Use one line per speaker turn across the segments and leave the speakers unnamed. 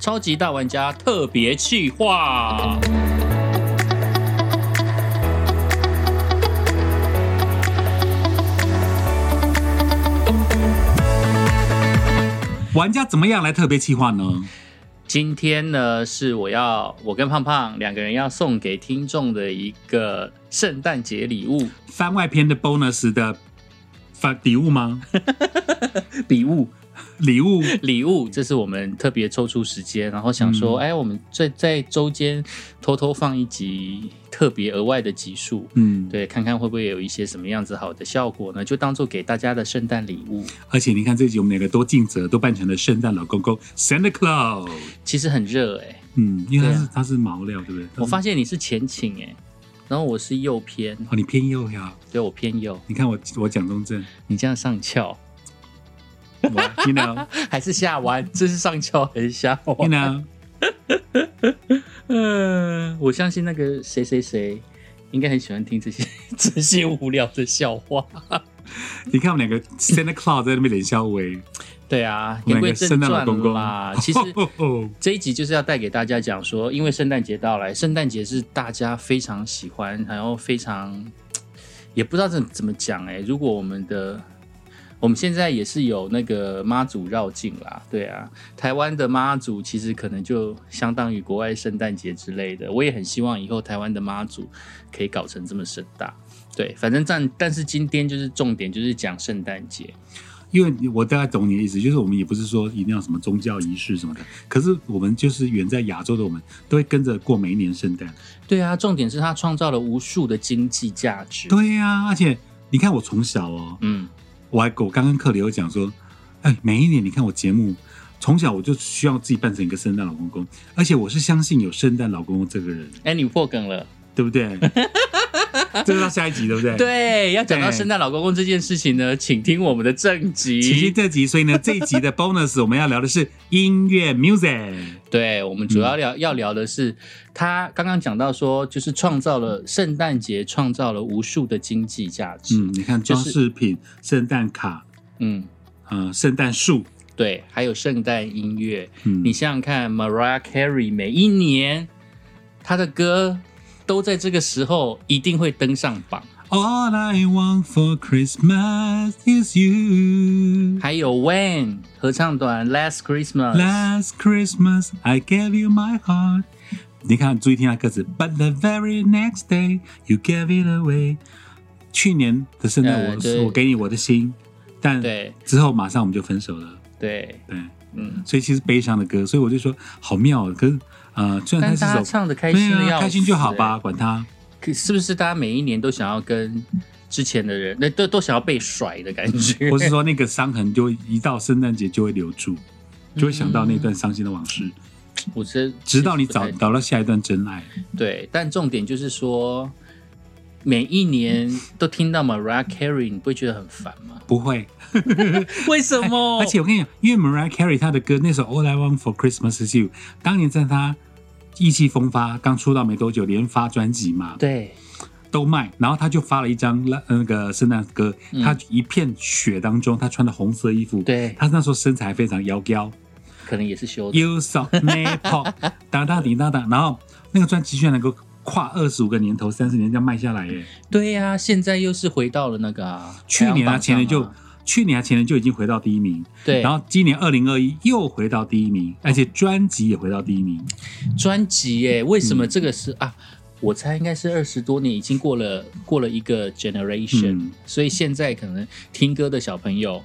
超级大玩家特别企划。
玩家怎么样来特别企划呢？
今天呢，是我要我跟胖胖两个人要送给听众的一个圣诞节礼物，
番外篇的 bonus 的番礼物吗？
礼物，
礼物
礼物，这是我们特别抽出时间，然后想说，哎、我们在在周间偷偷放一集特别额外的集数，
嗯，
对，看看会不会有一些什么样子好的效果呢？就当做给大家的圣诞礼物。
而且你看这集我们两个多尽责，都扮成了圣诞老公公 Santa Claus。
其实很热哎、
嗯，因为它
对啊
是、它是毛料，对不对？
我发现你是前倾哎、然后我是右偏，
哦，你偏右呀？
对我偏右，
你看我我蒋 中正，
你这样上翘
我 you know
还是下弯？这是上 翘还
哎
是下
you
弯？
know，
嗯、我相信那个谁谁谁应该很喜欢听这些 这些无聊的笑话。
你看我们两个 Santa Claus 在那边脸笑微，
对啊，
我
言
们两
归
个
正
圣诞老
传
公公
啦。其实这一集就是要带给大家讲说，因为圣诞节到来，圣诞节是大家非常喜欢，然后非常也不知道怎怎么讲哎、如果我们的我们现在也是有那个妈祖绕境啦，对啊，台湾的妈祖其实可能就相当于国外圣诞节之类的。我也很希望以后台湾的妈祖可以搞成这么盛大。对，反正但但是今天就是重点，就是讲圣诞节。
因为我大概懂你的意思，就是我们也不是说一定要什么宗教仪式什么的，可是我们就是远在亚洲的我们，都会跟着过每一年圣诞。
对啊，重点是它创造了无数的经济价值。，
对呀、而且你看我从小哦，
嗯，
我还我刚跟克里有讲说，哎，每一年你看我节目，从小我就需要自己扮成一个圣诞老公公，而且我是相信有圣诞老公公这个人，
哎、你破梗了。
对不对？这个到下一集对不对？。
对，要讲到
对
圣诞老公公这件事情呢，请听我们的正
其实
集。
这集，所以呢，这一集的 bonus 我们要聊的是音乐 music。
对，我们主要聊、要聊的是，他刚刚讲到说，就是创造了圣诞节，创造了无数的经济价值。
嗯，你看
就
装
是
饰品、圣诞卡、
嗯
呃，圣诞树，
对，还有圣诞音乐。
嗯，
你想想看，Mariah Carey 每一年她的歌都在这个时候一定会登上榜。
All I want for Christmas is you.
还有 When 合唱团 Last Christmas。
Last Christmas I gave you my heart. 你看，注意听下歌词。But the very next day you gave it away. 去年的圣诞，
呃
我、
对
我给你我的心，但
对
之后马上我们就分手了。
对，
对，
嗯，
所以其实悲伤的歌，所以我就说好妙哦。可是呃，虽然
但大
它是
家
一首
唱的开心的
对
要、
啊，开心就好吧，。管它。
可是不是大家每一年都想要跟之前的人，那都都想要被甩的感觉？
或是说那个伤痕就会一到圣诞节就会留住，就会想到那段伤心的往事，
我嗯是
直到你找
不太
找到下一段真爱。
对，但重点就是说，每一年都听到 Mariah Carey，你不会觉得很烦吗？
不会，
为什么？
而且我跟你讲，因为 Mariah Carey 她的歌那首《All I Want for Christmas Is You》，当年在她意气风发，刚出道没多久，连发专辑嘛
对
都卖，然后她就发了一张那那个圣诞歌，
嗯
她一片雪当中，她穿的红色衣服，
对，
她那时候身材非常窈窕，
可能也是修的。
You saw me pop，哒哒滴哒哒，然后那个专辑居然能够跨二十五个年头、三十年这样卖下来 耶！
对呀、现在又是回到了那个、啊、
去年啊，
排
前
行榜上
年就
啊
去年啊，前年就已经回到第一名，
对，
然后今年二零二一又回到第一名，而且专辑也回到第一名。
专辑耶，为什么这个是、啊？我猜应该是二十多年，已经过了过了一个 generation，、
嗯
所以现在可能听歌的小朋友，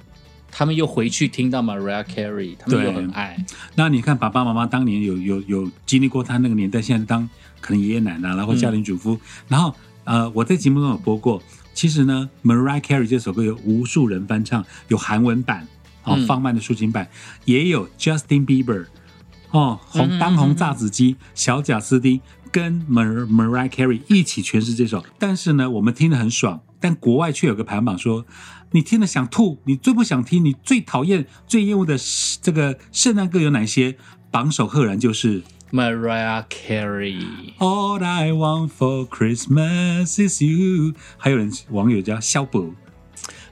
他们又回去听到 Mariah Carey，他们
对
又很爱，
那你看，爸爸妈妈当年有有有经历过他那个年代，现在当可能爷爷奶奶啦，然后家庭主妇，然后呃，我在节目中有播过，其实呢，Mariah Carey 这首歌有无数人翻唱，有韩文版哦，
嗯
放慢的抒情版，也有 Justin Bieber
嗯
哦，红
嗯
当红
嗯
炸子鸡小贾斯汀跟 Mar Mariah Carey 一起诠释这首，但是呢，我们听得很爽，但国外却有个排行榜说，你听了想吐，你最不想听，你最讨厌、最厌恶的是这个圣诞歌有哪些？榜首赫然就是
Mariah Carey，
All I Want for Christmas Is You，还有人网友叫肖博，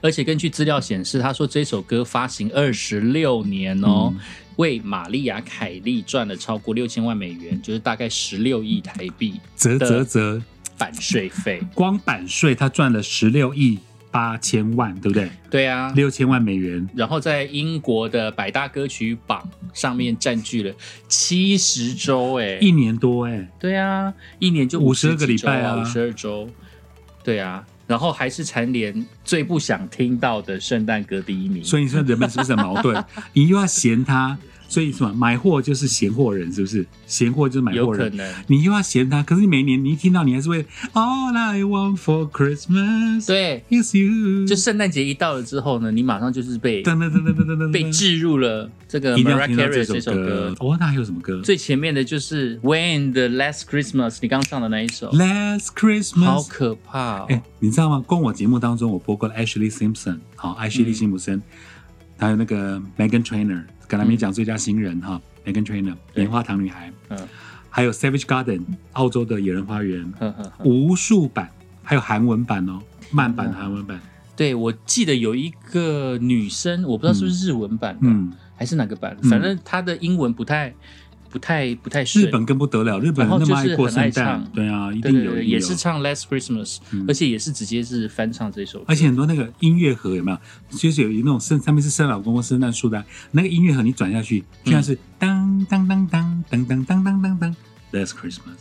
而且根据资料显示，他说这首歌发行二十六年哦，为玛丽亚·凯莉赚了超过六千万美元，就是大概十六亿台币
啧啧
的
啧，
版税费。
光版税他赚了十六亿八千万，对不对？
对啊，
六千万美元，
然后在英国的百大歌曲榜上面占据了七十周，哎，
一年多哎、
对啊，一年就
52个
几
礼
周啊
拜啊
五十二周，对啊，然后还是蝉联最不想听到的圣诞歌第一名，
所以你说人们是不是很矛盾？你又要嫌他，所以什么买货就是嫌货人，是不是？嫌货就是买
有
货
可
人。
能。
你又要嫌他，可是你每年你一听到，你还是会 All I want for Christmas
对，
is you，
就圣诞节一到了之后呢，你马上就是被
噔噔噔噔噔噔噔，
被置入了这个
一定
Mariah
要听到
Carey
这
这首
首
歌
歌。。哦，那还有什么歌
最前面的就是 When the Last Christmas，你刚唱的那一首，
？Last
好
Christmas。
可怕哦！
哎，你知道吗？光我节目当中，我播过了 Ashley Simpson，好，艾希莉
嗯
辛普森，还有那个 Megan Trainer，格莱美奖最佳新人哈，Megan Trainer，
嗯对
棉花糖女孩，
嗯
还有 Savage Garden，澳洲的野人花园，
呵呵呵
无数版，还有韩文版哦，慢
嗯
版、韩文版，
对，我记得有一个女生，我不知道是不是日文版的，
嗯，
还是哪个版，
嗯
反正她的英文不太、不太、不太顺。
日本更不得了，日本
然后
人那么
就是
爱过
很爱
圣诞
唱，
对啊，一
对
定
对
有，
对，
一定
也
有
是唱《Last Christmas、
嗯
而且也是直接是翻唱这首歌。
而且很多那个音乐盒有没有？就是有那种圣上面是圣老公公圣诞树的啊，那个音乐盒你转下去，居然是当当当当当当当当当当，That's Christmas！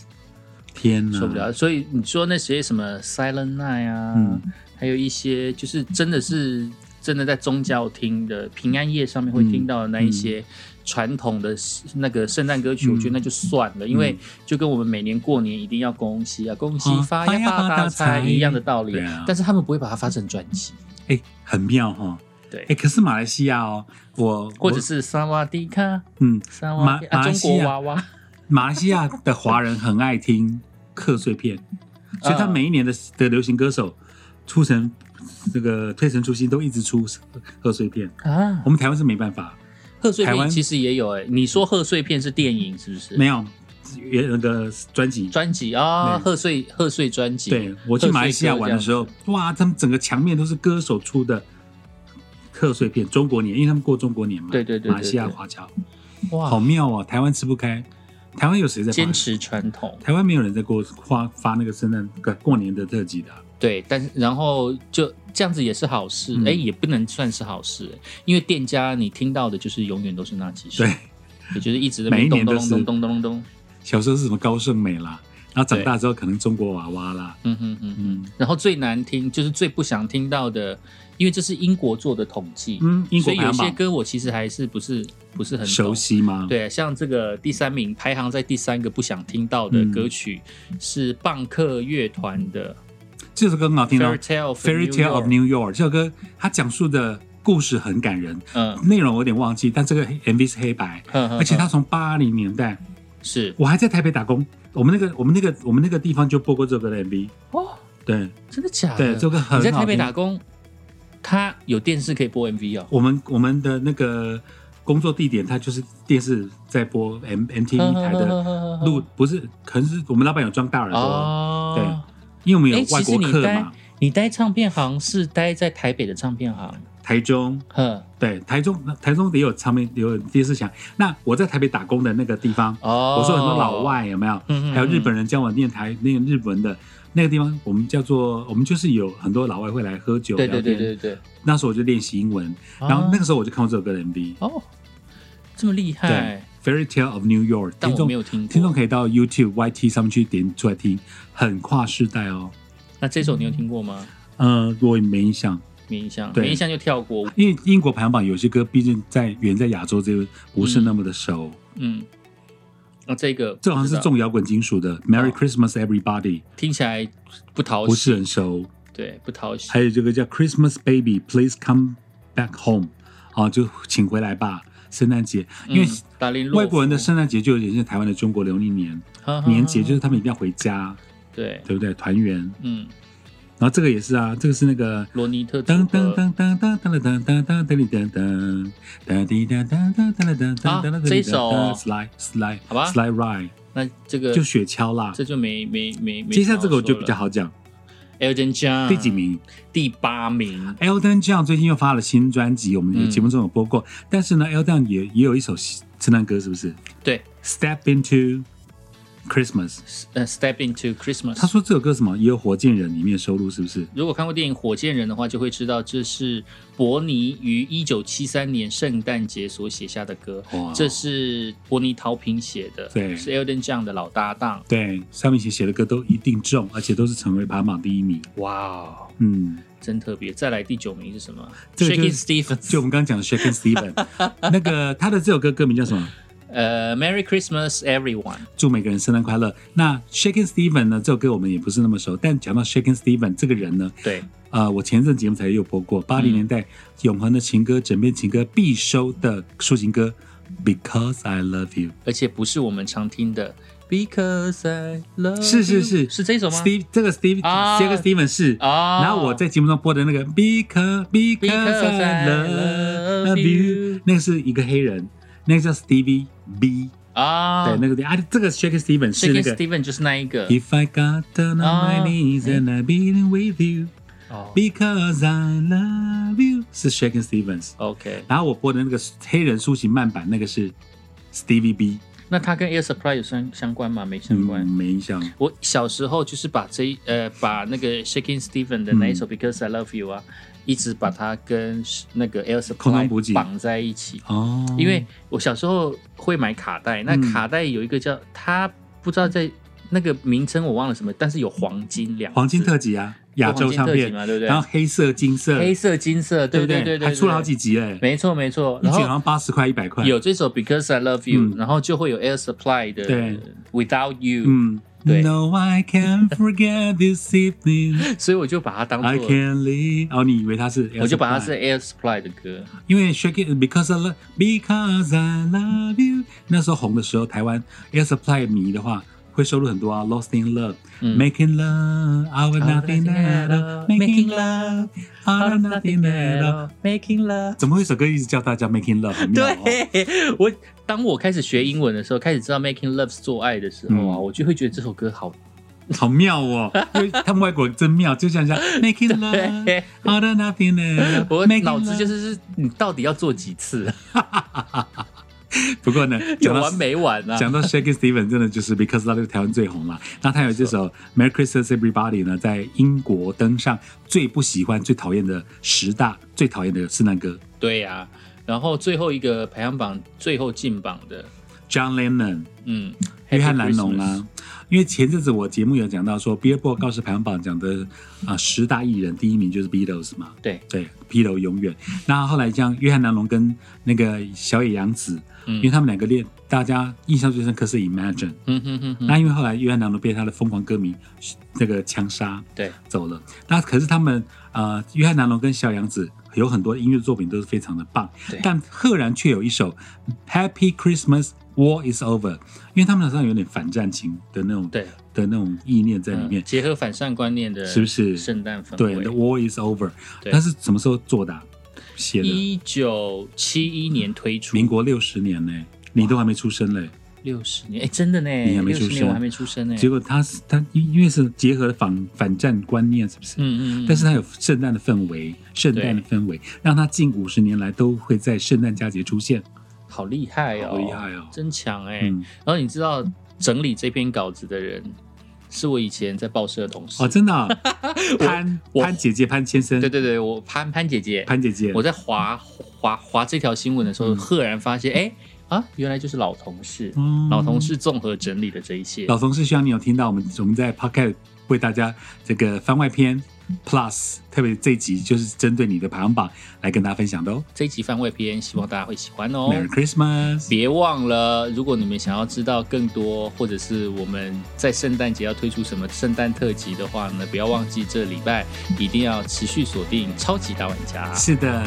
天哪，
受不了，所以你说那些什么 Silent Night 啊，
嗯
还有一些就是真的是真的在宗教听的平安夜上面会听到的那一些传统的那个圣诞歌曲，
嗯
我觉得那就算了，因为就跟我们每年过年一定要恭喜啊，恭喜
哦
发
发
呀
呀
发
发
大
大
财
财
一样的道理
对啊，
但是他们不会把它发成专辑，
哎，很妙哈、哦。
对
哎，，可是马来西亚哦，我
或者
我
是萨瓦迪卡。
嗯，
萨瓦迪啊，
马马来
中
西亚
国娃娃，
马来西亚的华人很爱听贺 岁片，所以他每一年的的流行歌手出成这个推陈出新，都一直出贺岁片。
啊
我，们台湾是没办法，
贺岁
台
片
湾
其实也有哎、你说贺岁片是电影是不是？
没有原那个专辑
专辑啊，
对
贺岁贺岁专辑。
对我去马来西亚玩的时
贺
候
岁歌，
哇，他们整个墙面都是歌手出的贺岁片，中国年，因为他们过中国年嘛，
对对对对
马来西亚华侨，
这样
好
子，
妙哦，台湾吃不开，台湾有谁在
哇，
发
坚？持传统。
台湾没有人在过发发那个圣诞过过年的特辑的啊、
对，但是然后就这样子也是好事，
嗯
哎、也不能算是好事、因为店家你听到的就是永远都是那几首，
对，
也就是一直在那边
每一
咚
年
咚
都
咚
是
咚咚咚咚，
小时候是什么高胜美啦，然后长大之后可能中国娃娃啦，
嗯哼嗯哼。
嗯
然后最难听就是最不想听到的，因为这是英国做的统计，
嗯，英
所
国
以
排
有
行
些
榜
歌我其实还是不是不是很懂
熟悉吗？，
对，像这个第三名排行在第三个不想听到的
嗯
歌曲、是棒克乐团的
这首歌很好
《
听哦
Fairy，Tale
《
of
Fairy Tale of
York
New York》这首歌，它讲述的故事很感人，
嗯，
内容我有点忘记，但这个 MV 是黑白，而
而
且它从八零年代，
是
我还在台北打工，我们那个我们那个我们那个地方就播过这个的 MV，
哦，
对
真的假的？
对，这个很好听。
你在台北打工，他有电视可以播 MV 哦。
我们我们的那个工作地点，它就是电视在播 M M T V 台的录，不是，可能是我们老板有装大耳朵，
哦，
对因为我们有
哎，
外
其实
国
你
客
待
嘛，
你待唱片行是待在台北的唱片行，
台中
呵，
对台中台中也有唱片有电视墙。那我在台北打工的那个地方，
哦，
我说很多老，外有没有？
嗯嗯
还有日本人教我念台念日文的那个地方，我们叫做我们就是有很多老外会来喝酒
对
聊
对
天。
对对啊对，
那时候我就练习英文，然后那个时候我就看过这首歌的 MV，、
哦，这么厉
对
害，
《Fairy Tale of New York》，
但
听
我
众
没有听过。
听众可以到 YouTube、YT 上面去点出来听，很跨世代哦。
那这首你有听过吗？
呃，我也没印象，
没印象，
对
没印象就跳过。
因为英国排行榜有些歌毕竟在远在亚洲这边不是那么的熟。
嗯，那这个
这好像
不知
是
道
重摇滚金属的《Merry Christmas Everybody》，
听起来不讨喜，
不是很熟。
对，不讨喜。
还有这个叫《Christmas Baby Please Come Back Home》，啊，就请回来吧，圣诞节。因为
嗯达林洛夫
外国人的圣诞节就有点像台湾的中国农历年年节，就是他们一定要回家，
对，
对不对？团圆。
嗯，
然后这个也是啊，这个是那个
罗尼特组合
噔噔噔噔噔噔噔噔噔噔噔噔哒滴哒哒哒哒哒哒哒哒，slide slide slide ride
那这个
就雪橇啦。
这就没没没没。
接下来这个我就比较。好讲，
哎、 Elton John
第几？名
第八名。
？Elton John 最近又发了新专辑，我们有
嗯
节目中有播过。但是呢，Elton 也也有一首圣诞歌，是不是
对，
？Step into Christmas。
呃，Step into Christmas。
他说这首歌什么也有《火箭人》里面收录，是不是？
如果看过电影《火箭人》的话，就会知道这是伯尼于一九七三年圣诞节所写下的歌
哇。
这是伯尼陶平写的，
对
是 Elton John 的老搭档。
对，上面写写的歌都一定中，而且都是成为排行榜第一名。
哇哦，
嗯，
真特别！再来第九名是什么
这个就
？Shaking
是就我
Stevens，
们刚刚讲的 Shakin' Steven，那个他的这首歌歌名叫什么？
呃，Merry Christmas Everyone。
祝每个人圣诞快乐。那 Shakin' Steven 呢？这首歌我们也不是那么熟，但讲到 Shakin' Steven 这个人呢，
对，
呃，我前一阵节目才有播过，八零年代永恒的情歌，枕边情歌必收的抒情歌，Because I Love You。
而且不是我们常听的 Because I Love，You
是是是
是这首吗
Steve 这个 Steve
啊
Shakin' Steven 是
啊
然后我在节目中播的那个 Because Because I
I
love
love
you，
you
那个是一个黑人，那个叫 Stevie B，
啊，
对，那个啊，这个 Shake Steven 是
Shaking
那个
Steven 就是那一个
If I got down on my
啊
knees and I been with you
哦
because I love you 是 Shake Stevens，
，OK。
然后我播的那个黑人抒情慢版那个是 Stevie B，
那它跟 Air Supply 有相相关吗？没相关。
嗯，没印象，
我小时候就是把这一呃把那个 Shaking Steven 的那
嗯
一首 Because I Love You 啊，一直把它跟那个 Air
空中补给
Supply 绑在一起，
哦，
因为我小时候会买卡带，那
嗯
卡带有一个叫它不知道在那个名称我忘了什么，但是有黄金两
黄金
字
特辑啊，亚洲唱
黄金特辑
片，
嘛，对不对？
然后黑色、金色，
黑色、金色，
对
对
不
对对对，
还出了好
对
几集哎，
没错没错，
一
然
集好
后
像八十块、一百块。
有这首 Because I Love You，、
嗯
然后就会有 Air Supply 的
对
Without You，、
嗯，
对
No, I can't forget this evening.
所以 我就把它当
I
做，
can't leave. 哦，你以为他是？
我就把它是，Air Supply 的歌。
因为 Shake It Because I Love Because I Love You 那时候红的时候，台湾 Air Supply 迷的话，会收录很多啊，Lost in Love、
嗯
Making Love Out of Nothing at All、Making Love Out of Nothing at All。
making love。
怎么会有首歌一直叫大家 Making Love？很妙哦
对我，当我开始学英文的时候，开始知道 making love 是做爱的时候啊，
嗯
我就会觉得这首歌 好。
好妙哦！因为他们外国人真妙，就 像像 making love
对
out of nothing at all。
我
making
脑子就
love
是是，你到底要做几次，
不过呢，
有
讲到
完没完啊？
讲到 Shaking Steven，真的就是 Because Love 台湾最红了。那他有这首 Merry Christmas Everybody 呢，在英国登上最不喜欢、最讨厌的十大最讨厌的圣诞歌。
对呀、然后最后一个排行榜最后进榜的，
John Lennon、
嗯，
约翰·兰农啦、
Happy Christmas
啊，因为前阵子我节目有讲到说，Billboard 告示排行榜讲的啊十大艺人，第一名就是 Beatles 嘛。
对，
对，披头永远。那后来像约翰·南龙跟那个小野洋子，
嗯
因为他们两个练，大家印象最深刻是 Imagine。
嗯哼哼哼，
那因为后来约翰·南龙被他的疯狂歌迷那个枪杀
对，
走了，那可是他们呃，约翰·南龙跟小野洋子有很多音乐作品都是非常的棒
对，
但赫然却有一首《Happy Christmas War Is Over》，因为他们好像有点反战情的那种
对
的那种意念在里面
嗯，结合反善观念的，
是不是
圣诞氛
对，《The
围？
War Is Over》，
对
那是什么时候做的啊、写的？
一九七一年推出，
民国六十年呢、你都还没出生嘞、
六十年，哎，真的呢，
你还没
六
出
十
生
年我还没出生呢。
结果他是他因为是结合了反反战观念，是不是？
嗯嗯嗯，
但是他有圣诞的氛围，圣诞的氛围让他近五十年来都会在圣诞佳节出现。
好厉害哦，
好厉害哦
真强哎。
嗯，
然后你知道整理这篇稿子的人是我以前在报社的同事
哦，，真的 啊、潘
我
潘姐姐潘先生，
对对对，我潘潘姐姐，
潘姐姐，
我在划划划这条新闻的时候，
嗯
赫然发现，哎啊，原来就是老同事，
嗯
老同事综合整理的这一切。
老同事，希望你有听到我们我们在 Podcast 为大家这个番外篇 Plus，特别这一集就是针对你的排行榜来跟大家分享的哦。
这一集番外篇，希望大家会喜欢哦。
Merry Christmas。
别忘了，如果你们想要知道更多，或者是我们在圣诞节要推出什么圣诞特辑的话呢，不要忘记这礼拜一定要持续锁定《超级大玩家》。
是的。